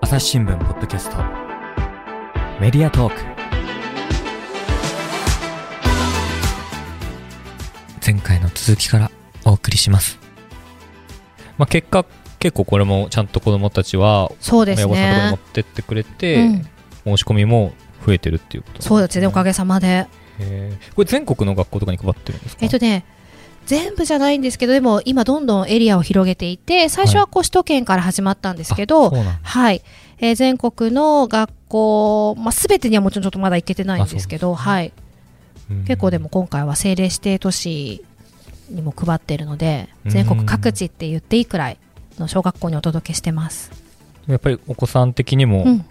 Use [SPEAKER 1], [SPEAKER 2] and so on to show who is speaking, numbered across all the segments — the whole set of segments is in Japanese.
[SPEAKER 1] 朝日新聞ポッドキャストメディアトーク前回の続きからお送りします
[SPEAKER 2] まあ、結果結構これもちゃんと子どもたちは
[SPEAKER 3] そうで
[SPEAKER 2] 親
[SPEAKER 3] す
[SPEAKER 2] 御さんのところに持
[SPEAKER 3] ね
[SPEAKER 2] っ。てってくれて、
[SPEAKER 3] うん
[SPEAKER 2] 申し込みも増えてるっていうことなん
[SPEAKER 3] そうですね、おかげさまで。
[SPEAKER 2] へーこれ全国の学校とかに配ってるんですか
[SPEAKER 3] えっとね、全部じゃないんですけど、でも今どんどんエリアを広げていて、最初はこう首都圏から始まったんですけど、
[SPEAKER 2] あそうなんだ
[SPEAKER 3] はい。えー全国の学校、まあ、全てにはもちろんちょっとまだ行けてないんですけど、はい。
[SPEAKER 2] うん
[SPEAKER 3] 結構でも今回は政令指定都市にも配ってるので、
[SPEAKER 2] うん
[SPEAKER 3] 全国各地って言っていいくらいの小学校にお届けしてます。
[SPEAKER 2] やっぱりお子さん的に
[SPEAKER 3] う
[SPEAKER 2] も
[SPEAKER 3] ん。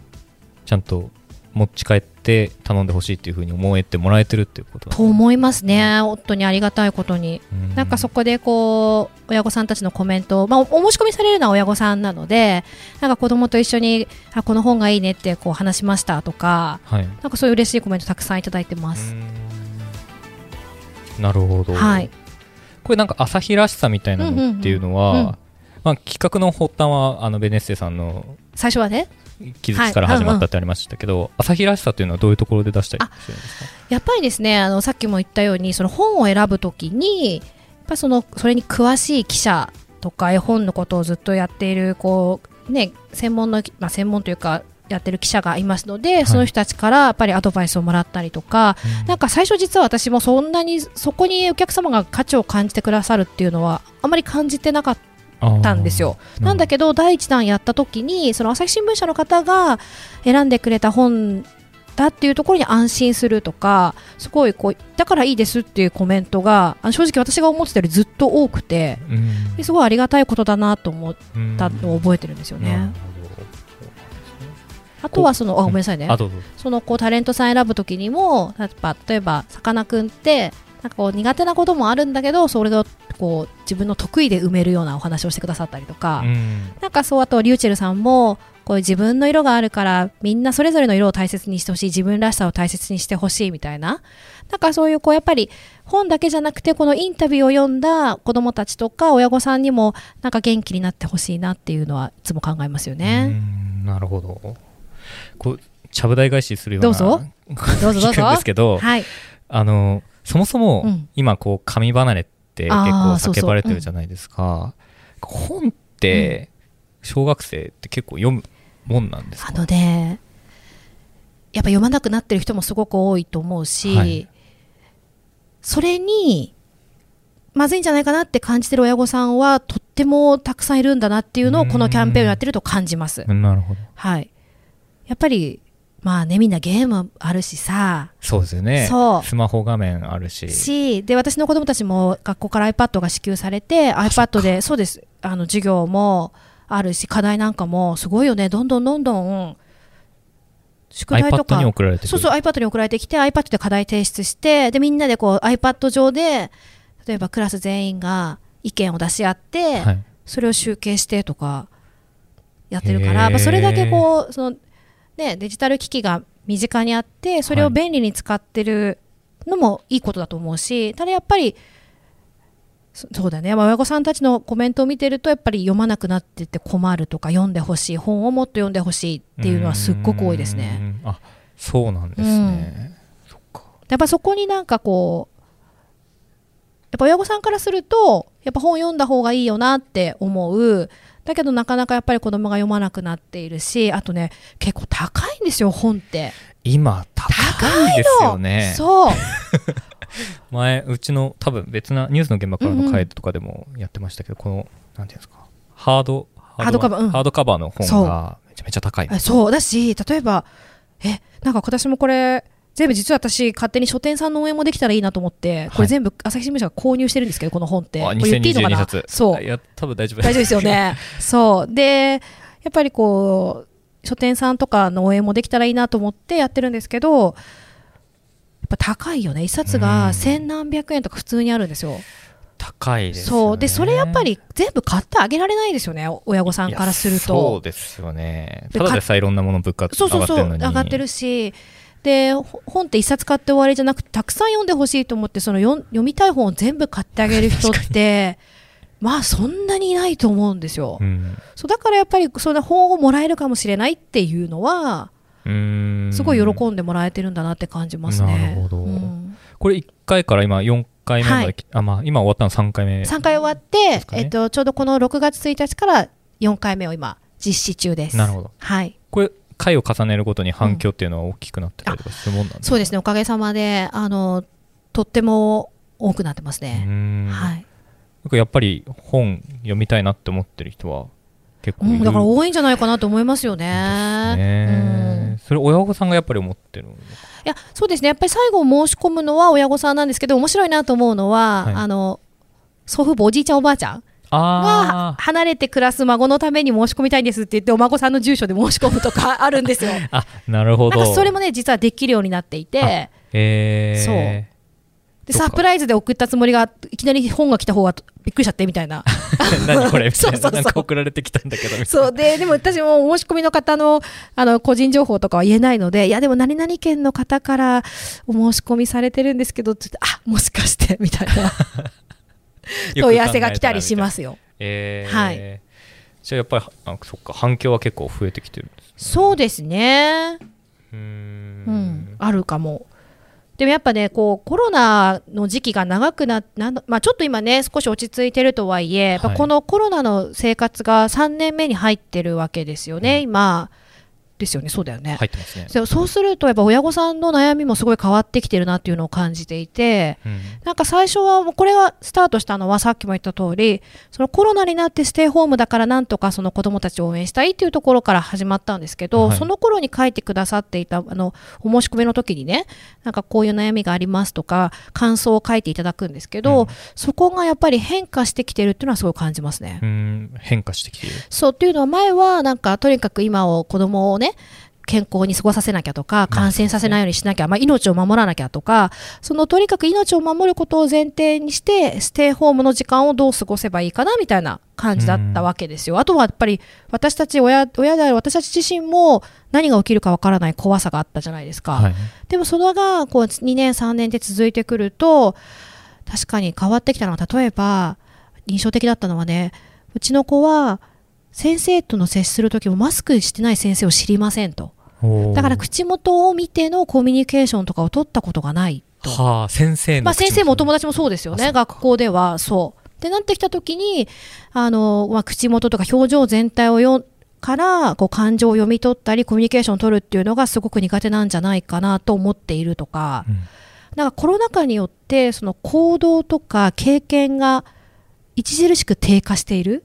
[SPEAKER 2] ちゃんと持ち帰って頼んでほしいっていうふうに思えてもらえてるっていうこと
[SPEAKER 3] と思いますね。本当にありがたいことに。なんかそ
[SPEAKER 2] こ
[SPEAKER 3] こでこう親御さんたちのコメントを、まあ、おお申し込みされるのは親御さんなのでなんか子供と一緒にあこの本がいいねってこう話しましたとか
[SPEAKER 2] はい
[SPEAKER 3] なんかそういう嬉しいコメントたくさんいただいてます。
[SPEAKER 2] なるほど、
[SPEAKER 3] はい、
[SPEAKER 2] これなんか朝日らしさみたいなのっていうのは、
[SPEAKER 3] うんうんうんうん
[SPEAKER 2] まあ、企画の発端はあのベネッセさんの
[SPEAKER 3] 最初はね
[SPEAKER 2] 気づきから始まったってありましたけど、朝日らしさというのはどういうところで出したりしてるんですか
[SPEAKER 3] やっぱりですねあのさっきも言ったようにその本を選ぶときにやっぱそのそれに詳しい記者とか絵本のことをずっとやっているこう、ね、専門の、まあ、専門というかやってる記者がいますので、
[SPEAKER 2] い
[SPEAKER 3] その人たちからやっぱりアドバイスをもらったりとか、なんか最初実は私もそんなにそこにお客様が価値を感じてくださるっていうのはあまり感じてなかったんですよ。
[SPEAKER 2] あー。
[SPEAKER 3] なんだ
[SPEAKER 2] け
[SPEAKER 3] けど第一弾やった時にその朝日新聞社の方が選んでくれた本だっていうところに安心するとかすごいこうだからいいですっていうコメントがあの正直私が思ってたよりずっと多くてですごいありがたいことだなと思ったのを覚えてるんですよね。
[SPEAKER 2] なる
[SPEAKER 3] あとはそのあごめんなさいね
[SPEAKER 2] ほど。あ、どうぞ。
[SPEAKER 3] そのこうタレントさん選ぶときにも例えば例えばさかなクンってなんかこう苦手なこともあるんだけどそれをこう自分の得意で埋めるようなお話をしてくださったりとか、
[SPEAKER 2] うん
[SPEAKER 3] なんかそうあとリューチェルさんもこういう自分の色があるからみんなそれぞれの色を大切にしてほしい自分らしさを大切にしてほしいみたいななんかそういうこうやっぱり本だけじゃなくてこのインタビューを読んだ子どもたちとか親御さんにもなんか元気になってほしいなっていうのはいつも考えますよ
[SPEAKER 2] う
[SPEAKER 3] ね。
[SPEAKER 2] んなるほど。こう、ちゃぶ台返しするような。
[SPEAKER 3] どうぞ。どうぞどう
[SPEAKER 2] 聞くん
[SPEAKER 3] ぞ
[SPEAKER 2] です。けど、
[SPEAKER 3] はい、
[SPEAKER 2] あの、そもそも
[SPEAKER 3] うん
[SPEAKER 2] 今、こう、紙離れって結
[SPEAKER 3] あー
[SPEAKER 2] 構
[SPEAKER 3] そうそう
[SPEAKER 2] 叫ばれてるじゃないですか。本って、小学生って結構読むもんなんです
[SPEAKER 3] あ
[SPEAKER 2] か
[SPEAKER 3] のねやっぱ読まなくなってる人もすごく多いと思うし、
[SPEAKER 2] はい
[SPEAKER 3] それにまずいんじゃないかなって感じてる親御さんはとってもたくさんいるんだなっていうのをこのキャンペーンをやってると感じます。
[SPEAKER 2] なるほど。
[SPEAKER 3] はい、やっぱりまあねみんなゲームあるしさ
[SPEAKER 2] そうですよね。
[SPEAKER 3] そう
[SPEAKER 2] スマホ画面あるし。
[SPEAKER 3] しで私の子供たちも学校から iPad が支給されて iPad でそうですあの授業もあるし課題なんかもすごいよねどんどんどんどん宿題と
[SPEAKER 2] iPad
[SPEAKER 3] か
[SPEAKER 2] に送られてくる。
[SPEAKER 3] そうそう iPad に送られてきて iPad で課題提出してでみんなでこう iPad 上で例えばクラス全員が意見を出し合って、
[SPEAKER 2] はい。
[SPEAKER 3] それを集計してとかやってるか
[SPEAKER 2] へー
[SPEAKER 3] ら、まあ、それだけこうその、ね、デジタル機器が身近にあってそれを便利に使ってるのもいいことだと思うし、ただやっぱりそそうだね、まあ、親御さんたちのコメントを見てるとやっぱり読まなくなってって困るとか読んでほしい本をもっと読んでほしいっていうのはすっごく多いですね。
[SPEAKER 2] うーん。あ、そうなんですね。そっか。
[SPEAKER 3] やっぱそこになんかこうやっぱ親御さんからするとやっぱ本読んだ方がいいよなって思うだけどなかなかやっぱり子供が読まなくなっているしあとね結構高いんですよ本って
[SPEAKER 2] 今高いですよね
[SPEAKER 3] そう
[SPEAKER 2] 前うちの多分別なニュースの現場からの回とかでもやってましたけど、このなんていうんですかハード
[SPEAKER 3] ハードカバーうん
[SPEAKER 2] ハードカバーの本がめちゃめちゃ高い
[SPEAKER 3] えそう だし例えばえなんか私もこれ全部実は私勝手に書店さんの応援もできたらいいなと思ってこ
[SPEAKER 2] はい
[SPEAKER 3] れ全部朝日新聞社が購入してるんですけどこの本って
[SPEAKER 2] あ
[SPEAKER 3] これ言っていいのか
[SPEAKER 2] 2022
[SPEAKER 3] な
[SPEAKER 2] 冊
[SPEAKER 3] そう
[SPEAKER 2] いや多分大丈 夫
[SPEAKER 3] 大丈夫ですよね。そう。で、やっぱりこう、書店さんとかの応援もできたらいいなと思ってやってるんですけど、やっぱ高いよね。一冊
[SPEAKER 2] うん
[SPEAKER 3] が千何百円とか普通にあるんですよ。
[SPEAKER 2] 高いですよね
[SPEAKER 3] そう。で、それやっぱり全部買ってあげられないですよね。お親御さんからする
[SPEAKER 2] いやそう
[SPEAKER 3] と。
[SPEAKER 2] ですよね
[SPEAKER 3] で
[SPEAKER 2] ただでさえいろんなもの物価
[SPEAKER 3] そ
[SPEAKER 2] 上がって
[SPEAKER 3] うそうそう。
[SPEAKER 2] るの
[SPEAKER 3] 上
[SPEAKER 2] に
[SPEAKER 3] がってるし。でほ本って一冊買って終わりじゃなくてたくさん読んでほしいと思ってその読ん読みたい本を全部買ってあげる人ってまあそんなにいないと思うんですよ、
[SPEAKER 2] うん
[SPEAKER 3] そうだからやっぱりそんな本をもらえるかもしれないっていうのは
[SPEAKER 2] うーん
[SPEAKER 3] すごい喜んでもらえてるんだなって感じますね。
[SPEAKER 2] なるほど
[SPEAKER 3] うん
[SPEAKER 2] これ1回から今4回目までき、あまあ今終わったの3回目
[SPEAKER 3] 3回終わって
[SPEAKER 2] す、かね
[SPEAKER 3] えっと、ちょうどこの6月1日から4回目を今実施中です。
[SPEAKER 2] なるほど
[SPEAKER 3] はい、
[SPEAKER 2] これ回を重ねるごとに反響っていうのは大きくなってたりとかするもんなんですか、
[SPEAKER 3] そうですねおかげさまであのとっても多くなってます
[SPEAKER 2] うー
[SPEAKER 3] ね。
[SPEAKER 2] ん
[SPEAKER 3] は
[SPEAKER 2] ないんかやっぱり本読みたいなって思ってる人は結
[SPEAKER 3] う
[SPEAKER 2] 構いる
[SPEAKER 3] ん、だから多いんじゃないかなと思いますよね。
[SPEAKER 2] ね
[SPEAKER 3] うん
[SPEAKER 2] それ親御さんがやっぱり思ってるのか
[SPEAKER 3] いやそうですねやっぱり最後申し込むのは親御さんなんですけど面白いなと思うのは、
[SPEAKER 2] はい
[SPEAKER 3] あの祖父母おじいちゃんおばあちゃんが
[SPEAKER 2] あー
[SPEAKER 3] 離れて暮らす孫のために申し込みたいんですって言ってお孫さんの住所で申し込むとかあるんです よ。
[SPEAKER 2] あなるほ
[SPEAKER 3] なん
[SPEAKER 2] ど
[SPEAKER 3] かそれもね実はできるようになっていて
[SPEAKER 2] えー、
[SPEAKER 3] そうで
[SPEAKER 2] そっか
[SPEAKER 3] サプライズで送ったつもりがいきなり本が来た方がびっくりしちゃってみたいな
[SPEAKER 2] 何これみたい
[SPEAKER 3] そう
[SPEAKER 2] な
[SPEAKER 3] そうそう
[SPEAKER 2] なんか送られてきたんだけどみたいな。
[SPEAKER 3] そうででも私も申し込みの方のあの個人情報とかは言えないのでいやでも何々県の方からお申し込みされてるんですけどって言ってあもしかしてみたいな問い合わせが来たりしますすよ。
[SPEAKER 2] えー、
[SPEAKER 3] は
[SPEAKER 2] じゃあやっぱりあそっか反響は結構増えてきてるんです。
[SPEAKER 3] そうですね
[SPEAKER 2] うーん
[SPEAKER 3] うん、あるかも。でもやっぱねこうコロナの時期が長くななんだまあ、ちょっと今ね少し落ち着いてるとはいえ、やっぱ
[SPEAKER 2] はい
[SPEAKER 3] このコロナの生活が3年目に入ってるわけですよね、
[SPEAKER 2] うん
[SPEAKER 3] 今ですよねそうだよね、
[SPEAKER 2] 入ってますね。
[SPEAKER 3] そうそうするとやっぱ親御さんの悩みもすごい変わってきてるなっていうのを感じていて
[SPEAKER 2] うん
[SPEAKER 3] なんか最初はもうこれがスタートしたのはさっきも言った通りそのコロナになってステイホームだからなんとかその子どもたちを応援したいっていうところから始まったんですけど、
[SPEAKER 2] はい
[SPEAKER 3] その頃に書いてくださっていたあのお申し込みの時にねなんかこういう悩みがありますとか感想を書いていただくんですけど、
[SPEAKER 2] うん
[SPEAKER 3] そこがやっぱり変化してきてるっていうのはすごい感じますね。
[SPEAKER 2] うーん変化してきている。
[SPEAKER 3] そうっていうのは前はなんかとにかく今を子供をね健康に過ごさせなきゃとか感染させないようにしなきゃ、まあ、命を守らなきゃとかそのとにかく命を守ることを前提にしてステイホームの時間をどう過ごせばいいかなみたいな感じだったわけですよ。あとはやっぱり私たち親親である私たち自身も何が起きるかわからない怖さがあったじゃないですか。
[SPEAKER 2] はい。
[SPEAKER 3] でもそれがこう2年3年で続いてくると確かに変わってきたのは例えば印象的だったのはねうちの子は先生との接する時もマスクしてない先生を知りませんと
[SPEAKER 2] おー
[SPEAKER 3] だから口元を見てのコミュニケーションとかを取ったことがないと
[SPEAKER 2] はあ先生の口
[SPEAKER 3] まあ、先生もお友
[SPEAKER 2] 達
[SPEAKER 3] 達もそうですよ
[SPEAKER 2] あそ
[SPEAKER 3] ね
[SPEAKER 2] っか
[SPEAKER 3] 学校ではそう。ってなってきた時にあの、まあ、口元とか表情全体をよからこう感情を読み取ったりコミュニケーションを取るっていうのがすごく苦手なんじゃないかなと思っているとか、
[SPEAKER 2] うん
[SPEAKER 3] なんかコロナ禍によってその行動とか経験が著しく低下している、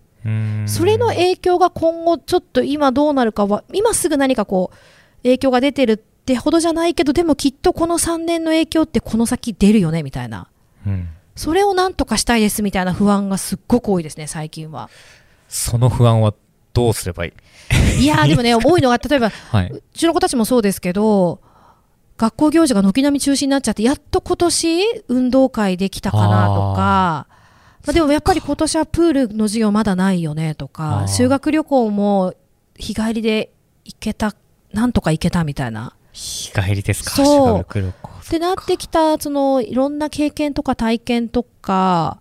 [SPEAKER 3] それの影響が今後ちょっと今どうなるかは今すぐ何かこう影響が出てるってほどじゃないけどでもきっとこの3年の影響ってこの先出るよねみたいな
[SPEAKER 2] うん
[SPEAKER 3] それをなんとかしたいですみたいな不安がすっごく多いですね、最近は。
[SPEAKER 2] その不安はどうすればいい。
[SPEAKER 3] いやー、でもね、多いのが、例えば、う
[SPEAKER 2] はいう
[SPEAKER 3] ちの子たちもそうですけど、学校行事が軒並み中止になっちゃって、やっと今年、運動会できたかなとか、まあ、でもやっぱり今年はプールの授業まだないよねと
[SPEAKER 2] あ
[SPEAKER 3] か、
[SPEAKER 2] ー
[SPEAKER 3] 修学旅行も日帰りで行けた、なんとか行けたみたいな。
[SPEAKER 2] 日帰りですか。
[SPEAKER 3] そう
[SPEAKER 2] 修学旅行
[SPEAKER 3] ってなってきたそのいろんな経験とか体験とか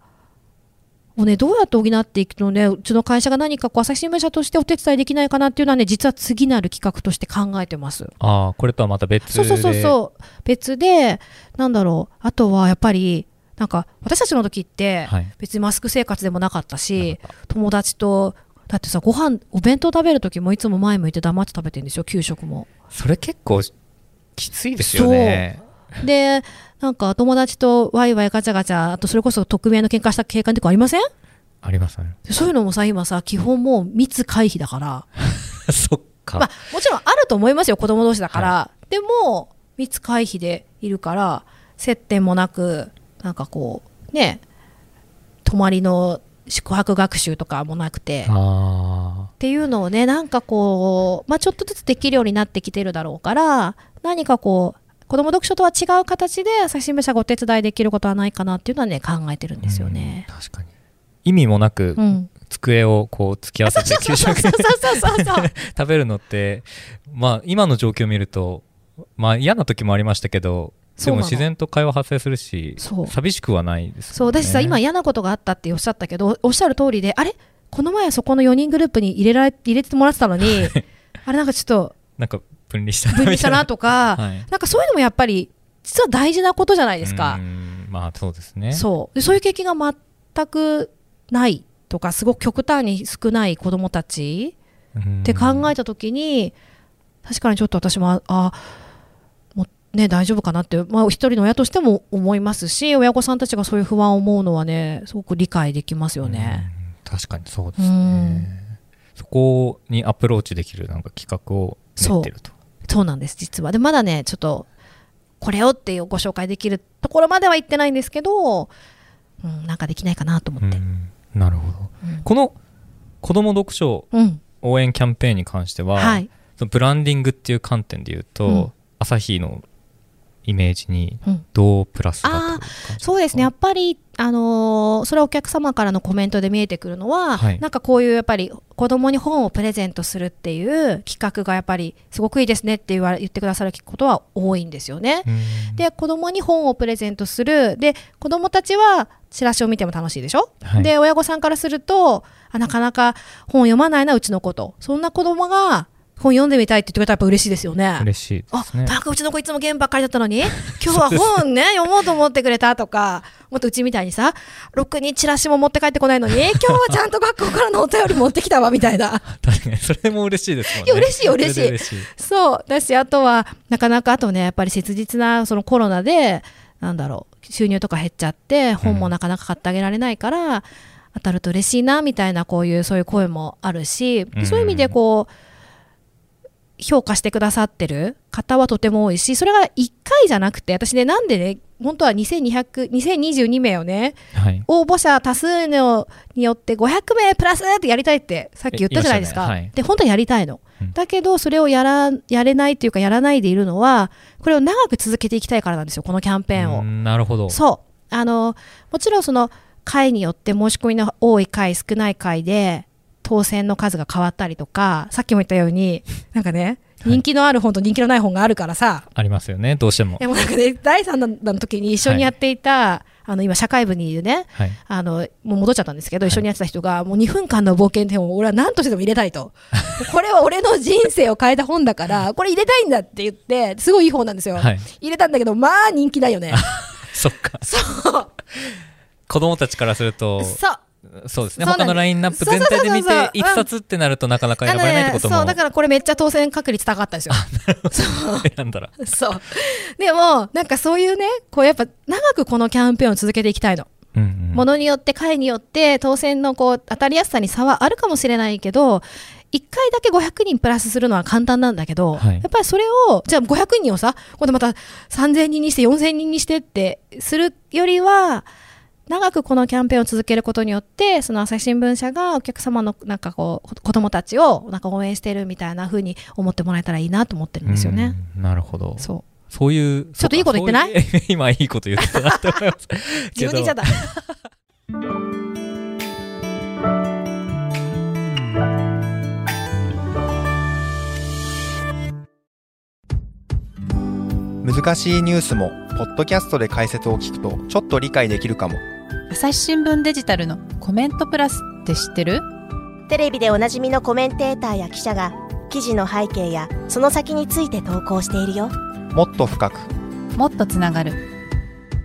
[SPEAKER 3] をねどうやって補っていくのねうちの会社が何かこう朝日新聞社としてお手伝いできないかなっていうのはね実は次なる企画として考えてます。
[SPEAKER 2] ああこれとはまた別で。
[SPEAKER 3] そうそうそうそう別でなんだろうあとはやっぱりなんか私たちの時って
[SPEAKER 2] はい。
[SPEAKER 3] 別にマスク生活でもなかったし
[SPEAKER 2] なかっ
[SPEAKER 3] 友達とだってさご飯お弁当食べる時もいつも前向いて黙って食べてるんですよ給食も。
[SPEAKER 2] たそれ結構きついですよね。
[SPEAKER 3] でなんか友達とワイワイガチャガチャあとそれこそ匿名の喧嘩した経験とかありません
[SPEAKER 2] ありますね。
[SPEAKER 3] そういうのもさ今さ基本もう密回避だから
[SPEAKER 2] そっか。
[SPEAKER 3] まあもちろんあると思いますよ子供同士だから、でも密回避でいるから接点もなくなんかこうね泊まりの宿泊学習とかもなくて
[SPEAKER 2] あ
[SPEAKER 3] っていうのをねなんかこう、まあ、ちょっとずつできるようになってきてるだろうから何かこう子ども読書とは違う形で朝日新聞社がお手伝いできることはないかなっていうのはね考えてるん
[SPEAKER 2] あ
[SPEAKER 3] ですよね。
[SPEAKER 2] 確かに意味もなく
[SPEAKER 3] うん、
[SPEAKER 2] 机をこう突き合わせて給食
[SPEAKER 3] そう
[SPEAKER 2] で
[SPEAKER 3] そうそうそう
[SPEAKER 2] 食べるのってまあ今の状況を見るとまあ嫌な時もありましたけど
[SPEAKER 3] そ
[SPEAKER 2] で
[SPEAKER 3] う
[SPEAKER 2] も
[SPEAKER 3] なの
[SPEAKER 2] 自然と会話発生するし
[SPEAKER 3] そう
[SPEAKER 2] 寂しくはないです、ね、
[SPEAKER 3] そうだしさ、今嫌なことがあったっておっしゃったけどおっしゃる通りであれこの前はそこの4人グループに入れられ入れてもらってたのにあれなんかちょっと
[SPEAKER 2] なんか分離した
[SPEAKER 3] 分離したな
[SPEAKER 2] と
[SPEAKER 3] とか、
[SPEAKER 2] はい
[SPEAKER 3] なんかそういうのもやっぱり実は大事なことじゃないですか、
[SPEAKER 2] まあそうですね
[SPEAKER 3] そうでそういう経験が全くないとかすごく極端に少ない子どもたち
[SPEAKER 2] うん
[SPEAKER 3] って考えた時に、確かにちょっと私もあもうね大丈夫かなって、まあ、一人の親としても思いますし親御さんたちがそういう不安を思うのはねすごく理解できますよね。
[SPEAKER 2] うん確かにそうです
[SPEAKER 3] う
[SPEAKER 2] ね、
[SPEAKER 3] ん
[SPEAKER 2] そこにアプローチできるなんか企画を練ってると
[SPEAKER 3] そうなんです実はでまだねちょっとこれをっていうご紹介できるところまでは言ってないんですけど、うん、なんかできないかなと思って。
[SPEAKER 2] うんなるほど、
[SPEAKER 3] うん
[SPEAKER 2] この子ども読書
[SPEAKER 3] うん
[SPEAKER 2] 応援キャンペーンに関しては、
[SPEAKER 3] はい
[SPEAKER 2] そのブランディングっていう観点で言うと、
[SPEAKER 3] うん
[SPEAKER 2] 朝日のイメージに
[SPEAKER 3] うん
[SPEAKER 2] どうプラスだと
[SPEAKER 3] そうですねやっぱり、あのーそれはお客様からのコメントで見えてくるのは、
[SPEAKER 2] はい
[SPEAKER 3] なんかこういうやっぱり子供に本をプレゼントするっていう企画がやっぱりすごくいいですねって言われ言ってくださることは多いんですよね。
[SPEAKER 2] うん
[SPEAKER 3] で子供に本をプレゼントするで子供たちはチラシを見ても楽しいでしょ、
[SPEAKER 2] はい
[SPEAKER 3] で親御さんからするとあなかなか本読まないなうちの子とそんな子供が本読んでみたいって言ってくれたらやっぱ嬉しいですよね。
[SPEAKER 2] 嬉しいで
[SPEAKER 3] あ
[SPEAKER 2] すね
[SPEAKER 3] なんかうちの子いつもゲームばっかりだっ たのに今日は本ね読もうと思ってくれたとかもっとうちみたいにさろくにチラシも持って帰ってこないの に今日はちゃんと学校からのお便り持ってきたわみたいな
[SPEAKER 2] 確かにそれも嬉しいですもんね
[SPEAKER 3] いや嬉しい嬉しい
[SPEAKER 2] それで嬉しい
[SPEAKER 3] そうだしあとはなかなかあとねやっぱり切実なそのコロナでなんだろう収入とか減っちゃって本もなかなか買ってあげられないから、当たると嬉しいなみたいなこういうそういう声もあるし、
[SPEAKER 2] うん
[SPEAKER 3] そういう意味でこう評価してくださってる方はとても多いしそれが1回じゃなくて私ねなんでね本当は2200 2022名をね
[SPEAKER 2] はい
[SPEAKER 3] 応募者多数のによって500名プラスってやりたいってさっき言ったじゃないですか、
[SPEAKER 2] え言いましたねはい
[SPEAKER 3] で本当はやりたいの、
[SPEAKER 2] うん
[SPEAKER 3] だけどそれをやらやれないというかやらないでいるのはこれを長く続けていきたいからなんですよこのキャンペーンを、
[SPEAKER 2] うんなるほど
[SPEAKER 3] そうあのもちろんその会によって申し込みの多い会少ない会で当選の数が変わったりとかさっきも言ったようになんかね人気のある本と人気のない本があるからさ、
[SPEAKER 2] ありますよねどうしても
[SPEAKER 3] でもなんかね第3弾の時に一緒にやっていた、あの今社会部にいるね
[SPEAKER 2] はい
[SPEAKER 3] あのもう戻っちゃったんですけど、
[SPEAKER 2] はい
[SPEAKER 3] 一緒にやってた人が、もう2分間の冒険点を俺は何としてでも入れた いと、これは俺の人生を変えた本だから、これ入れたいんだって言って、すごいいい本なんですよ、
[SPEAKER 2] はい
[SPEAKER 3] 入れたんだけど、まあ人気だよね、
[SPEAKER 2] そっか
[SPEAKER 3] そう、
[SPEAKER 2] 子供たちからすると
[SPEAKER 3] そう
[SPEAKER 2] そうですね
[SPEAKER 3] そうなんで
[SPEAKER 2] 他
[SPEAKER 3] す
[SPEAKER 2] のラインナップ全体で見
[SPEAKER 3] そうそうそうそう
[SPEAKER 2] て一冊ってなるとなかなか
[SPEAKER 3] あ
[SPEAKER 2] 選
[SPEAKER 3] の
[SPEAKER 2] ばれないってことも
[SPEAKER 3] そうだからこれ、めっちゃ当選確率高かったんですよ。
[SPEAKER 2] 選んだら
[SPEAKER 3] そうでも、なんかそういうね、こうやっぱ長くこのキャンペーンを続けていきたいの。
[SPEAKER 2] うんうん
[SPEAKER 3] ものによって会によって当選のこう当たりやすさに差はあるかもしれないけど1回だけ500人プラスするのは簡単なんだけど、
[SPEAKER 2] はい
[SPEAKER 3] やっぱりそれをじゃあ500人をさ今度また3000人にして4000人にしてってするよりは長くこのキャンペーンを続けることによってその朝日新聞社がお客様のなんかこう子供たちをなんか応援してるみたいな風に思ってもらえたらいいなと思ってるんですよね。
[SPEAKER 2] うんなるほどそ
[SPEAKER 3] そう
[SPEAKER 2] ういう
[SPEAKER 3] ちょっといいこと言ってない
[SPEAKER 2] そうかそういう 今いいこと言ってたなって思います
[SPEAKER 3] 自分で言っちゃった
[SPEAKER 4] 難しいニュースもポッドキャストで解説を聞くとちょっと理解できるかも
[SPEAKER 5] 朝日新聞デジタルのコメントプラスって知ってる
[SPEAKER 6] テレビでおなじみのコメンテーターや記者が記事の背景やその先について投稿しているよ
[SPEAKER 4] もっと深く
[SPEAKER 5] もっとつながる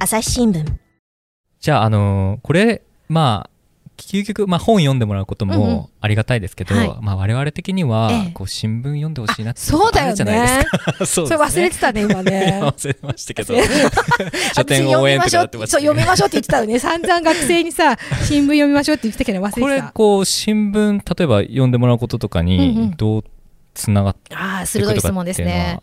[SPEAKER 6] 朝日新聞
[SPEAKER 2] じゃああのーこれまあ究極、まあ、本読んでもらうこと
[SPEAKER 3] うんうん
[SPEAKER 2] もありがたいですけど、
[SPEAKER 3] はい
[SPEAKER 2] まあ、我々的には、
[SPEAKER 3] ええ
[SPEAKER 2] こう新聞読んでほしいなって
[SPEAKER 3] そうだよ
[SPEAKER 2] あるじゃないです
[SPEAKER 3] ね
[SPEAKER 2] か そ
[SPEAKER 3] それ忘れ
[SPEAKER 2] て
[SPEAKER 3] てたね 今ね
[SPEAKER 2] 忘れてましたけど 書店応援とかなってました
[SPEAKER 3] そう
[SPEAKER 2] ね
[SPEAKER 3] 読みましょうって言ってたの ね散々学生にさ新聞読みましょうって言ってたけど忘れてた
[SPEAKER 2] これこう新聞例えば読んでもらうこととか
[SPEAKER 3] うんう
[SPEAKER 2] に
[SPEAKER 3] ん
[SPEAKER 2] どうつながって
[SPEAKER 3] ああ
[SPEAKER 2] いく
[SPEAKER 3] 鋭
[SPEAKER 2] とかっていうのはい
[SPEAKER 3] 質問ですね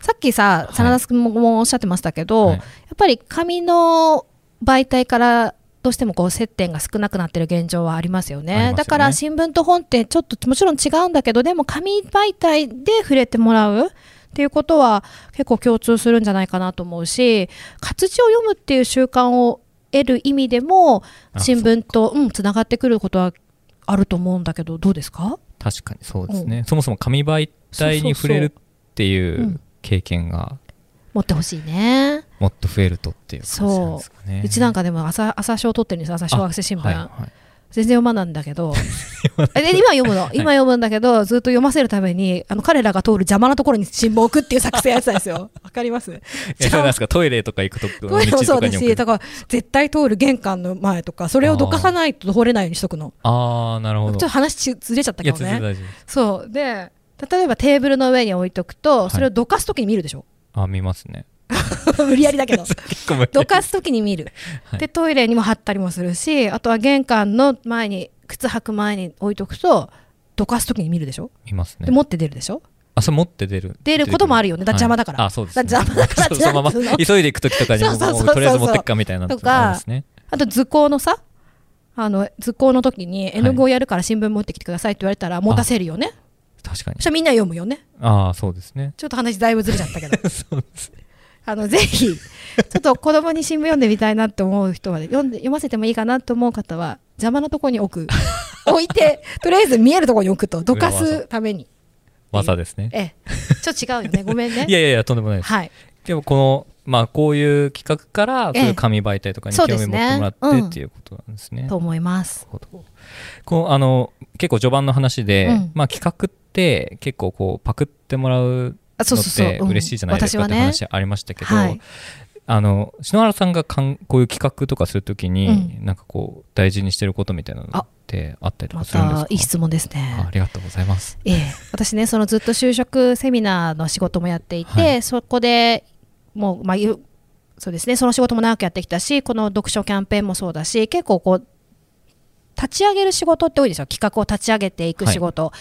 [SPEAKER 3] さっきさ真田君ももおっしゃってましたけど、
[SPEAKER 2] はい
[SPEAKER 3] やっぱり紙の媒体からどうしてもこう接点が少なくなってる現状はありますよね
[SPEAKER 2] ありますよね
[SPEAKER 3] だから新聞と本ってちょっともちろん違うんだけどでも紙媒体で触れてもらうっていうことは結構共通するんじゃないかなと思うし活字を読むっていう習慣を得る意味でも
[SPEAKER 2] あ
[SPEAKER 3] 新聞とうんつながってくることはあると思うんだけどどうですか
[SPEAKER 2] 確かにそうですね、そもそも紙媒体に触れるってい
[SPEAKER 3] そうそうそうう
[SPEAKER 2] うん経験が
[SPEAKER 3] 持ってほしいね。
[SPEAKER 2] もっと増えるとっていう感じなんですかね。
[SPEAKER 3] うちなんかでも朝朝賞取ってるんですよ朝小学生新聞、
[SPEAKER 2] はいはい
[SPEAKER 3] 全然読まないんだ けどえで今読むの今読むんだけど、ずっと読ませるためにあの彼らが通る邪魔なところに新聞を置くっていう作戦やってたんで すよわかります
[SPEAKER 2] えそれなんですかトイレとか行くと
[SPEAKER 3] トイレもそ
[SPEAKER 2] 道と
[SPEAKER 3] うだ
[SPEAKER 2] かに置
[SPEAKER 3] し
[SPEAKER 2] く
[SPEAKER 3] だから絶対通る玄関の前とかそれをどかさないと通れないようにしとくの
[SPEAKER 2] ああなる
[SPEAKER 3] ちょ
[SPEAKER 2] ほ
[SPEAKER 3] っ
[SPEAKER 2] ど。
[SPEAKER 3] と話ちずれちゃった
[SPEAKER 2] い
[SPEAKER 3] け
[SPEAKER 2] や
[SPEAKER 3] ど
[SPEAKER 2] 全然
[SPEAKER 3] ね
[SPEAKER 2] 大丈夫です。
[SPEAKER 3] そうで例えばテーブルの上に置いとくと、
[SPEAKER 2] い
[SPEAKER 3] それをどかすときに見るでしょ
[SPEAKER 2] あ見ますね。
[SPEAKER 3] 無理やりだ けど
[SPEAKER 2] 結構無理
[SPEAKER 3] どかすときに見る、
[SPEAKER 2] はい
[SPEAKER 3] でトイレにも貼ったりもするしあとは玄関の前に靴履く前に置いとくとどかすときに見るでしょ、
[SPEAKER 2] 見ます
[SPEAKER 3] で
[SPEAKER 2] ね。
[SPEAKER 3] 持って出るでしょ
[SPEAKER 2] あそれ持って出る。
[SPEAKER 3] 出ることもあるよねだって邪魔だから
[SPEAKER 2] はいあそうですね。
[SPEAKER 3] だって邪魔だから
[SPEAKER 2] そうそのま
[SPEAKER 3] なんつう
[SPEAKER 2] ま
[SPEAKER 3] の
[SPEAKER 2] 急いで行く時とかにも
[SPEAKER 3] そうそうそうそう
[SPEAKER 2] もうとりあえず持ってくかみたいなの
[SPEAKER 3] とか
[SPEAKER 2] ありますね。
[SPEAKER 3] あと図工のさあの図工の時に絵の具をやるから新聞持ってきてくださいって言われたら持たせるよね
[SPEAKER 2] 確かに
[SPEAKER 3] そし。たらみんな読むよね
[SPEAKER 2] ああそうです ね。
[SPEAKER 3] ちょっと話だいぶずれちゃっ たけど
[SPEAKER 2] そうです。
[SPEAKER 3] あのぜひちょっと子供に新聞読んでみたいなって思う人は読んで読ませてもいいかなと思う方は邪魔なとこに置く置い てとりあえず見えるとこに置くとどかすために
[SPEAKER 2] 技ですね。
[SPEAKER 3] ええちょっと違うよ ねごめんね
[SPEAKER 2] いやいやいやとんでもないです。
[SPEAKER 3] はい
[SPEAKER 2] でもこのまあこういう企画から
[SPEAKER 3] え
[SPEAKER 2] そ
[SPEAKER 3] え
[SPEAKER 2] ういう紙媒体とかに興味を持ってもらっ
[SPEAKER 3] そうです
[SPEAKER 2] て
[SPEAKER 3] ね
[SPEAKER 2] っていうことなんですね。
[SPEAKER 3] と思います
[SPEAKER 2] なるほどこうあの結構序盤の話で、
[SPEAKER 3] うん
[SPEAKER 2] まあ企画って結構こうパクってもらう
[SPEAKER 3] あ
[SPEAKER 2] のって嬉しいじゃないですか
[SPEAKER 3] うん
[SPEAKER 2] って話ありましたけど、
[SPEAKER 3] 私はねはい
[SPEAKER 2] あの篠原さんがかんこういう企画とかするときに、なんかこう大事にしてることみたいなのってあったりとか
[SPEAKER 3] ます
[SPEAKER 2] るんですか
[SPEAKER 3] たいい質問ですね
[SPEAKER 2] あありがとうございます。
[SPEAKER 3] ええ、私ねそのずっと就職セミナーの仕事もやっていて、
[SPEAKER 2] はい
[SPEAKER 3] そこでもう、まあ、ゆそうですねその仕事も長くやってきたしこの読書キャンペーンもそうだし結構こう立ち上げる仕事って多いですよ企画を立ち上げていく仕事、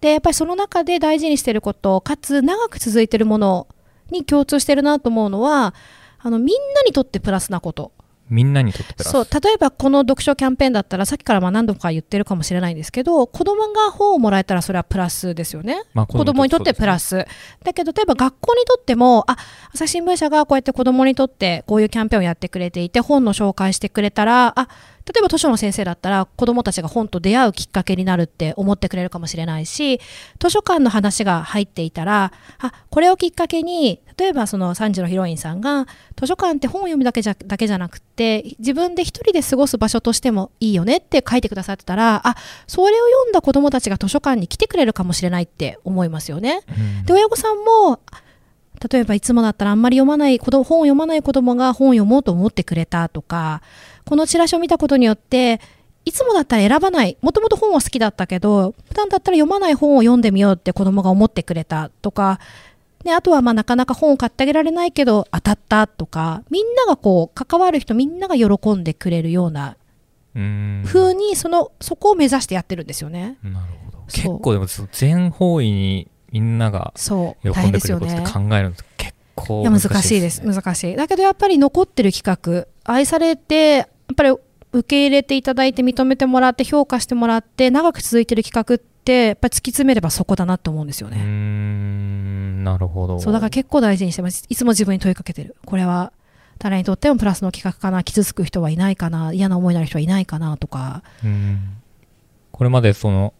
[SPEAKER 3] でやっぱりその中で大事にしてることかつ長く続いてるものに共通してるなと思うのはあのみんなにとってプラスなこと
[SPEAKER 2] みんなにとってプラス。
[SPEAKER 3] そう例えばこの読書キャンペーンだったらさっきからまあ何度か言ってるかもしれないんですけど子供が本をもらえたらそれはプラスですよね、
[SPEAKER 2] まあ
[SPEAKER 3] 子供にとってプラ
[SPEAKER 2] ス。
[SPEAKER 3] ス、だけど例えば学校にとってもあ朝日新聞社がこうやって子供にとってこういうキャンペーンをやってくれていて本の紹介してくれたらあ例えば図書の先生だったら子供たちが本と出会うきっかけになるって思ってくれるかもしれないし図書館の話が入っていたらあこれをきっかけに例えばその3時のヒロインさんが図書館って本を読むだけじゃだけじゃなくって自分で一人で過ごす場所としてもいいよねって書いてくださってたらあそれを読んだ子供たちが図書館に来てくれるかもしれないって思いますよね。
[SPEAKER 2] うん
[SPEAKER 3] で親御さんも例えばいつもだったらあんまり読まない子供本を読まない子供が本を読もうと思ってくれたとかこのチラシを見たことによっていつもだったら選ばないもともと本は好きだったけど普段だったら読まない本を読んでみようって子供が思ってくれたとか、ね、あとはまあなかなか本を買ってあげられないけど当たったとかみんながこう関わる人みんなが喜んでくれるような
[SPEAKER 2] うん
[SPEAKER 3] 風にそのそこを目指してやってるんですよね。
[SPEAKER 2] なるほど。
[SPEAKER 3] そう
[SPEAKER 2] 結構でもそう全方位にみんなが
[SPEAKER 3] そう
[SPEAKER 2] 喜
[SPEAKER 3] 大
[SPEAKER 2] ん
[SPEAKER 3] 変
[SPEAKER 2] でく
[SPEAKER 3] です
[SPEAKER 2] れ
[SPEAKER 3] よ
[SPEAKER 2] ることって
[SPEAKER 3] ね。
[SPEAKER 2] 考えるのって結構
[SPEAKER 3] いや難しいです
[SPEAKER 2] ね
[SPEAKER 3] 難しいだけどやっぱり残ってる企画愛されてやっぱり受け入れていただいて認めてもらって評価してもらって長く続いてる企画ってやっぱり突き詰めればそこだなと思うんですよ
[SPEAKER 2] うー
[SPEAKER 3] ね、
[SPEAKER 2] んなるほど
[SPEAKER 3] そうだから結構大事にしてますいつも自分に問いかけてるこれは誰にとってもプラスの企画かな傷つく人はいないかな嫌な思いになる人はいないかなとか
[SPEAKER 2] うんこれまでその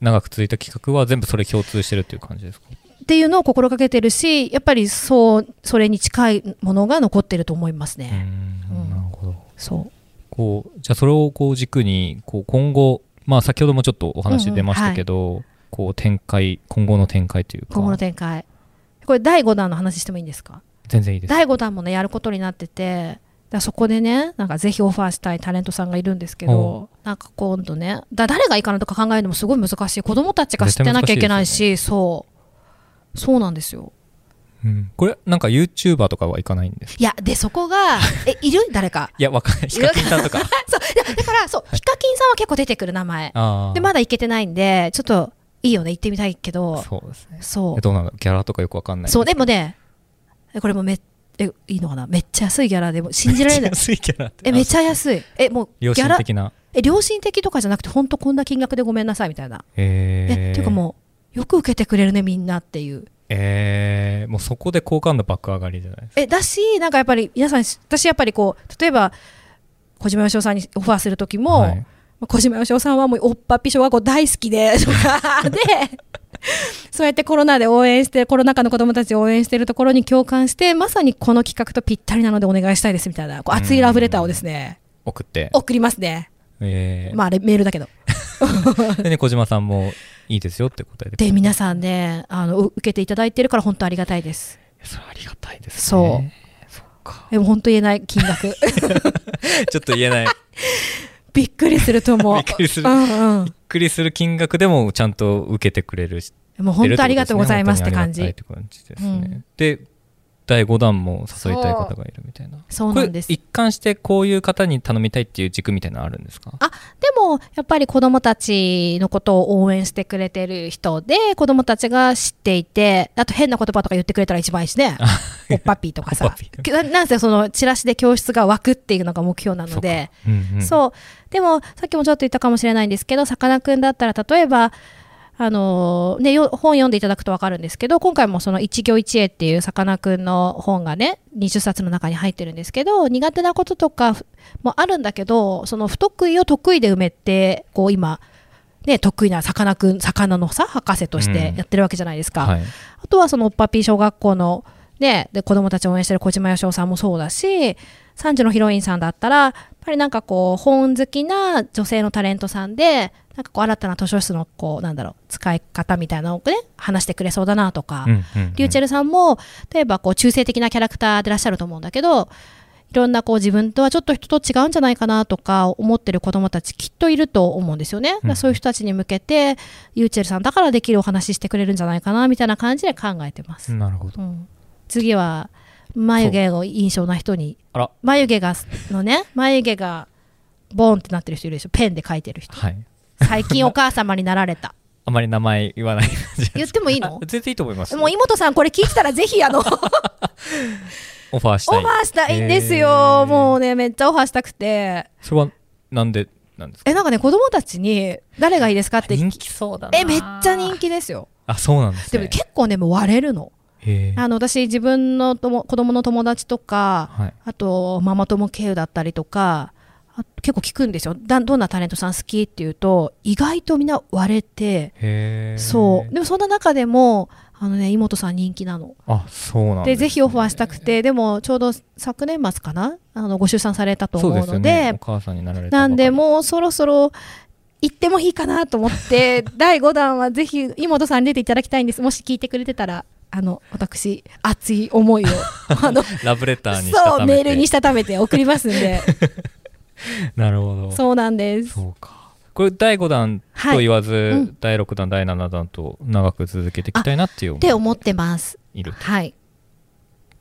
[SPEAKER 2] 長く続いた企画は全部それ共通してるっていう感じですか
[SPEAKER 3] っていうのを心がけてるしやっぱりそうそれに近いものが残ってると思います
[SPEAKER 2] うー
[SPEAKER 3] ね、
[SPEAKER 2] ん
[SPEAKER 3] うん
[SPEAKER 2] なるほど
[SPEAKER 3] そう
[SPEAKER 2] こうじゃあそれをこう軸にこう今後まあ先ほどもちょっとお話出ましたけど、こう展開今後の展開というか
[SPEAKER 3] 今後の展開これ第5弾の話してもいいんですか
[SPEAKER 2] 全然いいです
[SPEAKER 3] 第5弾もねやることになっててだそこでねなんかぜひオファーしたいタレントさんがいるんですけどなんか今度ねだ誰がいいかなとか考えるのもすごい難しい子供たちが知ってなきゃいけないしそうそうなんですよ
[SPEAKER 2] うんこれなんか YouTuber とかはいかないんです
[SPEAKER 3] いやでそこ がえいる誰か
[SPEAKER 2] いやわかんないヒカキンさんとか
[SPEAKER 3] そういやだからそうヒカキンさんは結構出てくる名前
[SPEAKER 2] ああ
[SPEAKER 3] でまだ行けてないんでちょっといいよね行ってみたいけど
[SPEAKER 2] そうですね
[SPEAKER 3] そう
[SPEAKER 2] どうなんだろうギャラとかよくわかんない
[SPEAKER 3] そうでもねえこれもめえいいのかなめっちゃ安いギャラでも信じら れない
[SPEAKER 2] 安いキャラって
[SPEAKER 3] えめっちゃ安いえもうギ
[SPEAKER 2] 良
[SPEAKER 3] ャ
[SPEAKER 2] 心
[SPEAKER 3] ラ
[SPEAKER 2] 的な
[SPEAKER 3] え良心的とかじゃなくて本当こんな金額でごめんなさいみたいな、
[SPEAKER 2] え
[SPEAKER 3] えっていうかもうよく受けてくれるねみんなっていう
[SPEAKER 2] えーもうそこで好感度爆上がりじゃないです
[SPEAKER 3] えだしなんかやっぱり皆さん私やっぱりこう例えば小島よしおさんにオファーする時
[SPEAKER 2] か。
[SPEAKER 3] も、
[SPEAKER 2] はい
[SPEAKER 3] 小島よしおさんはもうおっぱっぴ小学校大好きでとかでそうやってコロナで応援して、コロナ禍の子供たちを応援しているところに共感して、まさにこの企画とぴったりなのでお願いしたいですみたいな、こう熱いラブレターをですね、
[SPEAKER 2] 送って、
[SPEAKER 3] 送りますね。
[SPEAKER 2] えー
[SPEAKER 3] まあ、あれメールだけど。
[SPEAKER 2] でね、小島さんもいいですよって答えてくれ
[SPEAKER 3] で、
[SPEAKER 2] て
[SPEAKER 3] 皆さんね、あの、う受けていただいてるから本当ありがたいです。
[SPEAKER 2] それありがたいですね。
[SPEAKER 3] そう
[SPEAKER 2] そっか。
[SPEAKER 3] でも本当言えない金額。
[SPEAKER 2] ちょっと言えない。びっ
[SPEAKER 3] びっくりすると思う。
[SPEAKER 2] びっくりする
[SPEAKER 3] うんうん。
[SPEAKER 2] くりする金額でもちゃんと受けてくれるし。
[SPEAKER 3] もう本当ありがとうございますって感じ。
[SPEAKER 2] 本当にありがたいって感じですね。
[SPEAKER 3] うん
[SPEAKER 2] で、第5弾も誘いたい方がいるみたいな。
[SPEAKER 3] そうなんです
[SPEAKER 2] これ。一貫してこういう方に頼みたいっていう軸みたいなのあるんですか
[SPEAKER 3] あでもやっぱり子どもたちのことを応援してくれてる人で子どもたちが知っていてあと変な言葉とか言ってくれたら一番いいし ね「おっぱっぴ」とか
[SPEAKER 2] おっ
[SPEAKER 3] さ
[SPEAKER 2] ぱっぴ
[SPEAKER 3] ななんせそのチラシで教室が湧くっていうのが目標なので
[SPEAKER 2] うん
[SPEAKER 3] そう,、
[SPEAKER 2] うん
[SPEAKER 3] でもさっきもちょっと言ったかもしれないんですけどさかなクンだったら例えばあのーね、よ本読んでいただくと分かるんですけど今回もその「一行一会」っていうさかなクンの本がね20冊の中に入ってるんですけど苦手なこととかもあるんだけどその不得意を得意で埋めてこう今、ね、得意なさかなクン魚のさ博士としてやってるわけじゃないですか。
[SPEAKER 2] はい。
[SPEAKER 3] あとはそのおっぱぴー小学校の、ね、で子供たちを応援してる小島よしおさんもそうだし3時のヒロインさんだったらやっぱりなんかこう本好きな女性のタレントさんでなんかこう新たな図書室のこうなんだろう使い方みたいなのをね話してくれそうだなとか、
[SPEAKER 2] うんうんうん
[SPEAKER 3] リューチェルさんも例えばこう中性的なキャラクターでいらっしゃると思うんだけどいろんなこう自分とはちょっと人と違うんじゃないかなとか思ってる子どもたちきっといると思うんですよね、だからそういう人たちに向けてリューチェルさんだからできるお話ししてくれるんじゃないかなみたいな感じで考えてます、
[SPEAKER 2] なるほど。
[SPEAKER 3] うん次は眉毛を印象な人に
[SPEAKER 2] あら。
[SPEAKER 3] 眉毛がのね眉毛がボーンってなってる人いるでしょペンで描いてる人
[SPEAKER 2] はい。
[SPEAKER 3] 最近お母様になられた
[SPEAKER 2] あまり名前言わない感じ
[SPEAKER 3] 言ってもい いの
[SPEAKER 2] あ全然いいと思いますよ。
[SPEAKER 3] もう井本さんこれ聞いてたらぜひあの
[SPEAKER 2] オファーしたい。
[SPEAKER 3] オファーしたいんですよ、
[SPEAKER 2] えー
[SPEAKER 3] もうねめっちゃオファーしたくて
[SPEAKER 2] それはなんでなんですか
[SPEAKER 3] えなんかね子供たちに誰がいいですかって
[SPEAKER 2] 人気そうだな
[SPEAKER 3] えめっちゃ人気ですよ
[SPEAKER 2] あそうなんです
[SPEAKER 3] で
[SPEAKER 2] ね
[SPEAKER 3] も結構ねもう割れるの
[SPEAKER 2] へー
[SPEAKER 3] あの私自分のとも子供の友達とか
[SPEAKER 2] はい
[SPEAKER 3] あとママ友経由だったりとかあ結構聞くんですよだどんなタレントさん好きっていうと意外とみんな割れて
[SPEAKER 2] へー
[SPEAKER 3] そうでもそんな中でもあのね井本さん人気なの
[SPEAKER 2] あそうなん
[SPEAKER 3] で
[SPEAKER 2] ですね
[SPEAKER 3] ぜひオファーしたくてでもちょうど昨年末かなあのご出産されたと思うの
[SPEAKER 2] そうですよ
[SPEAKER 3] で
[SPEAKER 2] ねお母さんになられたばか
[SPEAKER 3] な
[SPEAKER 2] り
[SPEAKER 3] んでもうそろそろ行ってもいいかなと思って 第5弾はぜひ井本さんに出ていただきたいんですもし聞いてくれてたらあの私熱い思 いをあの
[SPEAKER 2] ラブレターにした
[SPEAKER 3] そう
[SPEAKER 2] ため
[SPEAKER 3] メ
[SPEAKER 2] て
[SPEAKER 3] ールにしたためて送りますん で
[SPEAKER 2] なるほど
[SPEAKER 3] そうなんです
[SPEAKER 2] そうかこれ第5弾と言わず、
[SPEAKER 3] いうん
[SPEAKER 2] 第6弾第7弾と長く続けていきたいなっていう
[SPEAKER 3] っ
[SPEAKER 2] 思い
[SPEAKER 3] て思ってます
[SPEAKER 2] いる
[SPEAKER 3] はい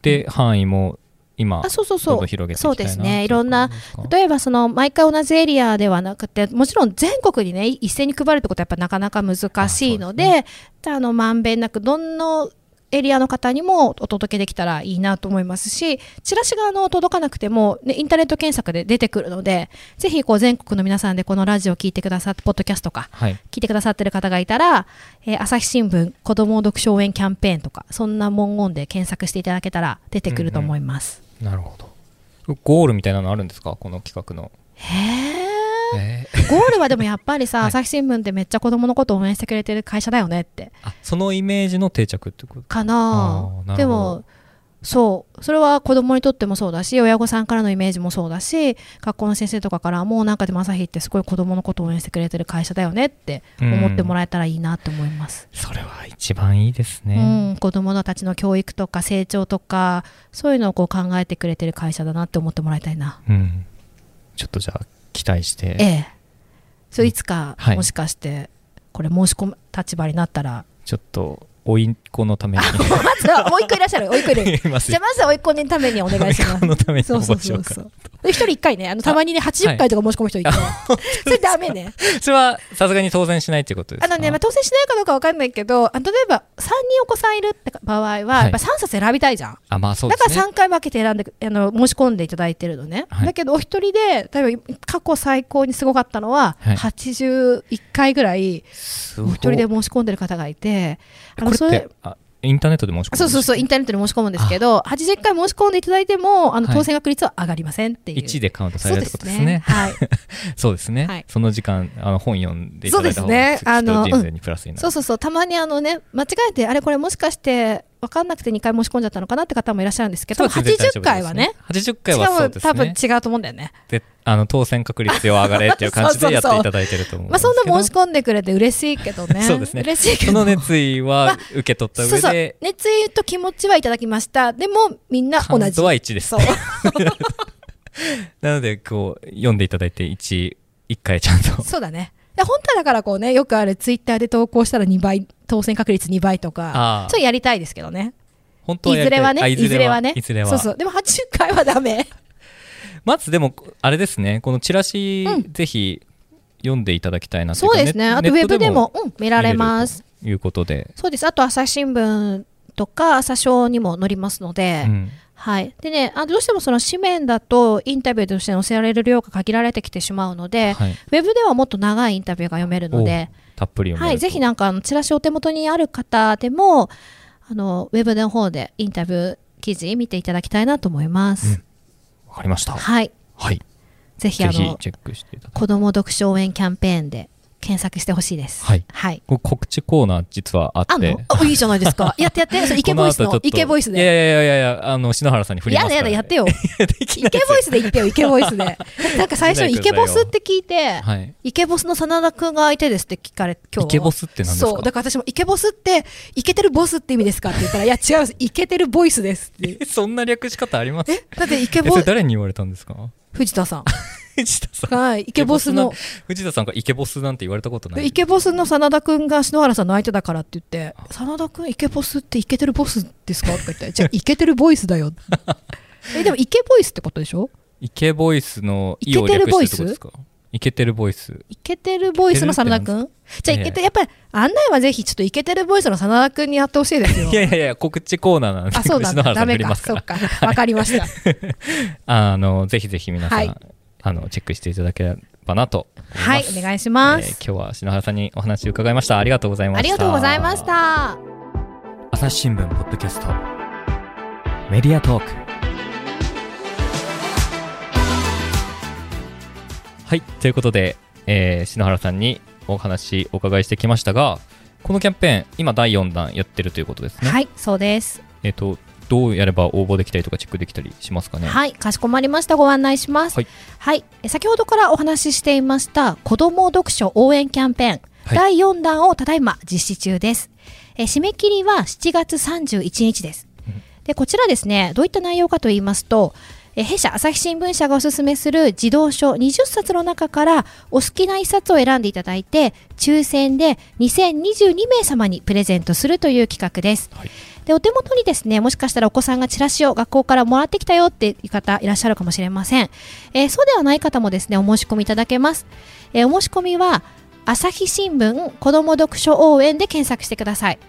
[SPEAKER 2] で範囲も今
[SPEAKER 3] あそうそ
[SPEAKER 2] ど
[SPEAKER 3] う
[SPEAKER 2] ん
[SPEAKER 3] そ
[SPEAKER 2] どん
[SPEAKER 3] う
[SPEAKER 2] 広げていきたいな
[SPEAKER 3] そう
[SPEAKER 2] ってい
[SPEAKER 3] で
[SPEAKER 2] う
[SPEAKER 3] すねいろ
[SPEAKER 2] 感
[SPEAKER 3] んな
[SPEAKER 2] じですか
[SPEAKER 3] 例えばその毎回同じエリアではなくてもちろん全国にね一斉に配るってことはやっぱなかなか難しいので
[SPEAKER 2] あそう
[SPEAKER 3] じゃああのまんべんなくどのエリアの方にもお届けできたらいいなと思いますしチラシがあの届かなくても、ね、インターネット検索で出てくるのでぜひこう全国の皆さんでこのラジオを聞いてくださってポッドキャストか
[SPEAKER 2] はい
[SPEAKER 3] 聞いてくださってる方がいたら、えー朝日新聞子ども読書応援キャンペーンとかそんな文言で検索していただけたら出てくると思います。
[SPEAKER 2] なるほどゴールみたいなのあるんですかこの企画の
[SPEAKER 3] へー
[SPEAKER 2] えー
[SPEAKER 3] ゴールはでもやっぱりさ、
[SPEAKER 2] はい
[SPEAKER 3] 朝日新聞ってめっちゃ子供のこと応援してくれてる会社だよねって。
[SPEAKER 2] あそのイメージの定着ってこと
[SPEAKER 3] か
[SPEAKER 2] あーな
[SPEAKER 3] な
[SPEAKER 2] るほど
[SPEAKER 3] あでも、そう。それは子供にとってもそうだし、親御さんからのイメージもそうだし、学校の先生とかからもうなんかでも朝日ってすごい子供のこと応援してくれてる会社だよねって思ってもらえたらいいなって思います。
[SPEAKER 2] それは一番いいです
[SPEAKER 3] う
[SPEAKER 2] ね、
[SPEAKER 3] ん、子供たちの教育とか成長とか、そういうのをこう考えてくれてる会社だなって思ってもらいたいな。
[SPEAKER 2] うん、ちょっとじゃあ期待して、
[SPEAKER 3] ええ。そういつか、
[SPEAKER 2] はい
[SPEAKER 3] もしかして、これ申し込む立場になったら、
[SPEAKER 2] ちょっとおいっ子のために
[SPEAKER 3] まずは、おいっ子いらっしゃる、おい っ子いる。
[SPEAKER 2] います
[SPEAKER 3] じゃあ、まずはおいっ子のためにお願いし
[SPEAKER 2] お
[SPEAKER 3] ま
[SPEAKER 2] いっ
[SPEAKER 3] す
[SPEAKER 2] 子。のために
[SPEAKER 3] そうそう
[SPEAKER 2] し
[SPEAKER 3] そ
[SPEAKER 2] よう
[SPEAKER 3] う
[SPEAKER 2] か
[SPEAKER 3] そう。一人一回ね、あの、たまにね、80回とか申し込む人いて。 それダメね。
[SPEAKER 2] それはさすがに当選しないっていうことです
[SPEAKER 3] あ
[SPEAKER 2] か
[SPEAKER 3] のね、まあ、当選しないかどうかわかんないけど、あの例えば、3人お子さんいるって場合は、やっぱ3冊選びたいじゃん。
[SPEAKER 2] あまあそうで
[SPEAKER 3] だ
[SPEAKER 2] すね
[SPEAKER 3] から3回分けて選んで、あの、申し込んでいただいてるのね。
[SPEAKER 2] はい
[SPEAKER 3] だけど、お一人で、例えば、過去最高にすごかったのは、
[SPEAKER 2] はい
[SPEAKER 3] 81回ぐらい、
[SPEAKER 2] す
[SPEAKER 3] お
[SPEAKER 2] ごい
[SPEAKER 3] 一人で申し込んでる方がいて、あ
[SPEAKER 2] こ
[SPEAKER 3] の、
[SPEAKER 2] れってあインターネットで申し込む
[SPEAKER 3] そうそうそうインターネットに申し込むんですけど80回申し込んでいただいてもあの
[SPEAKER 2] はい
[SPEAKER 3] 当選確率は上がりませんっていう、
[SPEAKER 2] 1でカウントさ
[SPEAKER 3] そう
[SPEAKER 2] れるっ
[SPEAKER 3] で
[SPEAKER 2] てことで
[SPEAKER 3] す
[SPEAKER 2] すね
[SPEAKER 3] ね。はい
[SPEAKER 2] そうですね。
[SPEAKER 3] はい
[SPEAKER 2] その時間あの本読んでいただいた方
[SPEAKER 3] そう
[SPEAKER 2] が
[SPEAKER 3] ですねあの
[SPEAKER 2] きっと人生にプラスになる。
[SPEAKER 3] そうそうそうたまにあのね間違えてあれこれもしかして分かんなくて2回申し込んじゃったのかなって方もいらっしゃるんですけど多分80回はね。
[SPEAKER 2] 80
[SPEAKER 3] し
[SPEAKER 2] 回は
[SPEAKER 3] か
[SPEAKER 2] そう
[SPEAKER 3] も
[SPEAKER 2] です
[SPEAKER 3] 多分
[SPEAKER 2] ね。
[SPEAKER 3] 違うと思うんだよね、
[SPEAKER 2] で、あの当選確率よ上がれっていう感じでやっていただいてると思うん
[SPEAKER 3] ま
[SPEAKER 2] で
[SPEAKER 3] あ、
[SPEAKER 2] すけ
[SPEAKER 3] そ
[SPEAKER 2] ど。
[SPEAKER 3] んな申し込んでくれて嬉しいけどね
[SPEAKER 2] そうですね
[SPEAKER 3] 嬉しいけど
[SPEAKER 2] その熱意は受け取った
[SPEAKER 3] そうそ
[SPEAKER 2] 上
[SPEAKER 3] う
[SPEAKER 2] で、
[SPEAKER 3] 熱意と気持ちはいただきましたでもみんな同
[SPEAKER 2] 感
[SPEAKER 3] じ
[SPEAKER 2] 度は1です
[SPEAKER 3] そう。
[SPEAKER 2] なのでこう読んでいただいて1一回ちゃんと。
[SPEAKER 3] そうだね。いや本当はだからこうね、よくあるツイッターで投稿したら2倍、当選確率2倍と
[SPEAKER 2] あ
[SPEAKER 3] か
[SPEAKER 2] あ、
[SPEAKER 3] そうやりたいですけどね。
[SPEAKER 2] 本当
[SPEAKER 3] い
[SPEAKER 2] はや
[SPEAKER 3] ず
[SPEAKER 2] りた
[SPEAKER 3] れは
[SPEAKER 2] あ
[SPEAKER 3] ね、
[SPEAKER 2] い
[SPEAKER 3] い
[SPEAKER 2] ず
[SPEAKER 3] ず
[SPEAKER 2] れ
[SPEAKER 3] れ
[SPEAKER 2] は
[SPEAKER 3] は
[SPEAKER 2] ね
[SPEAKER 3] ね。。
[SPEAKER 2] いずれは。
[SPEAKER 3] そうそう。でも80回はダメ。
[SPEAKER 2] まずでもあれですね。このチラシ、ぜひ読んでいただきたいなという
[SPEAKER 3] そ
[SPEAKER 2] か
[SPEAKER 3] うですね。あとウェブでも、うん、見られま
[SPEAKER 2] ネッ
[SPEAKER 3] す。。
[SPEAKER 2] トということで。
[SPEAKER 3] そうです。あと朝日新聞とか朝賞にも載りますので、
[SPEAKER 2] うん
[SPEAKER 3] はい。でね、あどうしてもその紙面だとインタビューとして載せられる量が限られてきてしまうので、
[SPEAKER 2] はい。
[SPEAKER 3] ウェブではもっと長いインタビューが読めるので、
[SPEAKER 2] たっぷり読めると
[SPEAKER 3] はい、ぜひなんかあのチラシお手元にある方でもあのウェブの方でインタビュー記事見ていただきたいなと思います。
[SPEAKER 2] わかりました。
[SPEAKER 3] はい、
[SPEAKER 2] はい。
[SPEAKER 3] ぜひ
[SPEAKER 2] ぜ
[SPEAKER 3] あ
[SPEAKER 2] ひ
[SPEAKER 3] の
[SPEAKER 2] チェックしていただき
[SPEAKER 3] 子ども読書応援キャンペーンで検索してほしいです。
[SPEAKER 2] はい
[SPEAKER 3] はい、
[SPEAKER 2] これ告知コーナー実はあっ
[SPEAKER 3] あん
[SPEAKER 2] て
[SPEAKER 3] の。あいいじゃないで すか。やってやって、そうイケボイス
[SPEAKER 2] こ後ちょ
[SPEAKER 3] の
[SPEAKER 2] っと
[SPEAKER 3] イケボイス
[SPEAKER 2] いや
[SPEAKER 3] で。
[SPEAKER 2] いやいやいや、あの、篠原さんに振ります
[SPEAKER 3] や
[SPEAKER 2] か
[SPEAKER 3] だ
[SPEAKER 2] ら
[SPEAKER 3] やだやって よ。
[SPEAKER 2] でき
[SPEAKER 3] イ
[SPEAKER 2] ないで
[SPEAKER 3] ケ
[SPEAKER 2] す
[SPEAKER 3] ボイスで言ってよ、イケボイス で。なんか最初、イケボスって聞いて、
[SPEAKER 2] はい。
[SPEAKER 3] イケボスの真田くんが相手ですって聞かれ、今
[SPEAKER 2] イ
[SPEAKER 3] 日。
[SPEAKER 2] ケボスって何です
[SPEAKER 3] そう、だ
[SPEAKER 2] か
[SPEAKER 3] から私もイケボスって、イケてるボスって意味ですかって言ったら、いや違います、イケてるボイスですっていう。
[SPEAKER 2] えそんな略し方あります
[SPEAKER 3] えだってイケ
[SPEAKER 2] え
[SPEAKER 3] ボ
[SPEAKER 2] それ誰に言われたんですか
[SPEAKER 3] 藤田さん。
[SPEAKER 2] 藤田さん。
[SPEAKER 3] はい、イケボスの
[SPEAKER 2] イケボ、スなん。藤田さんがイケボスなんて言われたことな
[SPEAKER 3] で
[SPEAKER 2] い
[SPEAKER 3] イ。ケボスの真田くんが篠原さんの相手だからって言って、真田くんイケボスってイケてるボスですかって言って、じゃあイケてるボイスだ よ。え、でもイケボイスってことでしょ
[SPEAKER 2] イケボイスのイを略してるってことですかイケてるボイス。
[SPEAKER 3] イケてるボイスの真田くんじゃあイケて、やっぱり案内はぜひちょっとイケてるボイスの真田くんにやってほしいですよ
[SPEAKER 2] い。やいやいや、告知コーナーなんで、
[SPEAKER 3] あ、そう
[SPEAKER 2] 篠
[SPEAKER 3] だ、
[SPEAKER 2] 原さ
[SPEAKER 3] ダ
[SPEAKER 2] んに振
[SPEAKER 3] メ
[SPEAKER 2] りま
[SPEAKER 3] か。
[SPEAKER 2] すか
[SPEAKER 3] そ
[SPEAKER 2] ら
[SPEAKER 3] っ。か。わかりま した。
[SPEAKER 2] あの、ぜひぜひ皆さん、
[SPEAKER 3] はい
[SPEAKER 2] あの、チェックしていただければなと思います。
[SPEAKER 3] はい、お願いします。
[SPEAKER 2] えー今日は篠原さんにお話を伺いました。ありがとうございました。
[SPEAKER 3] ありがとうございまし。た。
[SPEAKER 1] 朝日新聞ポッドキャストメディアトーク
[SPEAKER 2] はい、ということで、えー篠原さんにお話お伺いしてきましたが、このキャンペーン、今第4弾やってるということですね。
[SPEAKER 3] はい、そうです。
[SPEAKER 2] えっ、と、どうやれば応募できたりとかチェックできたりしますかね。
[SPEAKER 3] はい、かしこまりました。ご案内します。
[SPEAKER 2] は
[SPEAKER 3] はいい、え先ほどからお話ししていました、子ども読書応援キャンペーン、
[SPEAKER 2] はい
[SPEAKER 3] 第4弾をただいま実施中です。え締め切りは7月31日です。で、こちらですね、どういった内容かと言いますと、え弊社朝日新聞社がおすすめする児童書20冊の中からお好きな1冊を選んでいただいて抽選で2022名様にプレゼントするという企画です、
[SPEAKER 2] はい
[SPEAKER 3] でお手元にですねもしかしたらお子さんがチラシを学校からもらってきたよっていう方いらっしゃるかもしれません、えーそうではない方もですねお申し込みいただけます、えーお申し込みは朝日新聞子ども読書応援で検索してください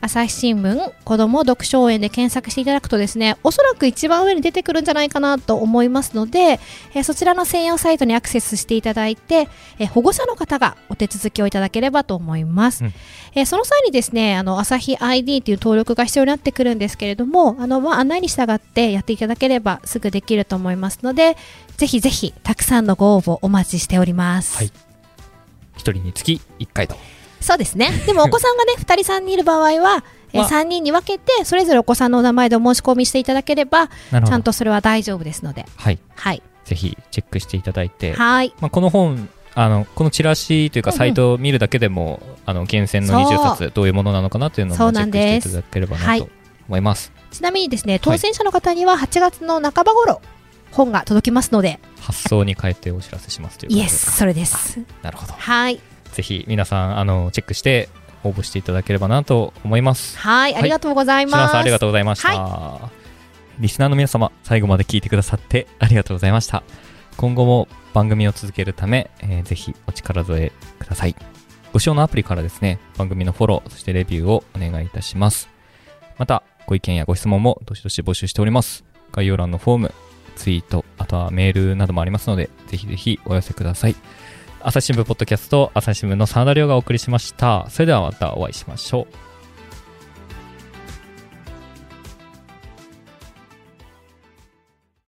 [SPEAKER 3] 朝日新聞子ども読書応援で検索していただくとですねおそらく一番上に出てくるんじゃないかなと思いますので、えーそちらの専用サイトにアクセスしていただいて、えー保護者の方がお手続きをいただければと思います、
[SPEAKER 2] うん
[SPEAKER 3] えーその際にですねあの朝日 ID という登録が必要になってくるんですけれどもあの、まあ、案内に従ってやっていただければすぐできると思いますのでぜひぜひたくさんのご応募お待ちしております、
[SPEAKER 2] はい一人につき1回と。
[SPEAKER 3] そうですね。でもお子さ んがね、2人3人いる場合は、え
[SPEAKER 2] まあ
[SPEAKER 3] 3人に分けて、それぞれお子さんのお名前でお申し込みしていただければ、ち
[SPEAKER 2] なるほど。
[SPEAKER 3] ゃんとそれは大丈夫ですので。
[SPEAKER 2] はい。
[SPEAKER 3] はい。
[SPEAKER 2] ぜひチェックしていただいて、
[SPEAKER 3] はい。
[SPEAKER 2] まあ、この本あのこのチラシというか
[SPEAKER 3] うんうん
[SPEAKER 2] サイトを見るだけでも、あの厳選の
[SPEAKER 3] そう
[SPEAKER 2] 20冊どういうものなのかなというのをチ
[SPEAKER 3] そ
[SPEAKER 2] ェッ
[SPEAKER 3] うなん
[SPEAKER 2] クしてい
[SPEAKER 3] で
[SPEAKER 2] た
[SPEAKER 3] す
[SPEAKER 2] だければ
[SPEAKER 3] は
[SPEAKER 2] ないと思います、
[SPEAKER 3] ちなみにですね、当選者の方には8月の半ば頃、本が届きますので、
[SPEAKER 2] 発送に変えてお知らせしますということ
[SPEAKER 3] イ
[SPEAKER 2] で
[SPEAKER 3] エス、それです。
[SPEAKER 2] なるほど
[SPEAKER 3] はい。
[SPEAKER 2] ぜひ皆さんあのチェックして応募していただければなと思います
[SPEAKER 3] はい。ありがとうござい
[SPEAKER 2] 篠原
[SPEAKER 3] ます。
[SPEAKER 2] さんありがとうございました、リスナーの皆様最後まで聞いてくださってありがとうございました今後も番組を続けるため、えーぜひお力添えくださいご視聴のアプリからですね番組のフォローそしてレビューをお願いいたしますまたご意見やご質問もどしどし募集しております概要欄のフォームツイートあとはメールなどもありますのでぜひぜひお寄せください朝日新聞ポッドキャスト朝日新聞の真田亮がお送りしましたそれではまたお会いしましょう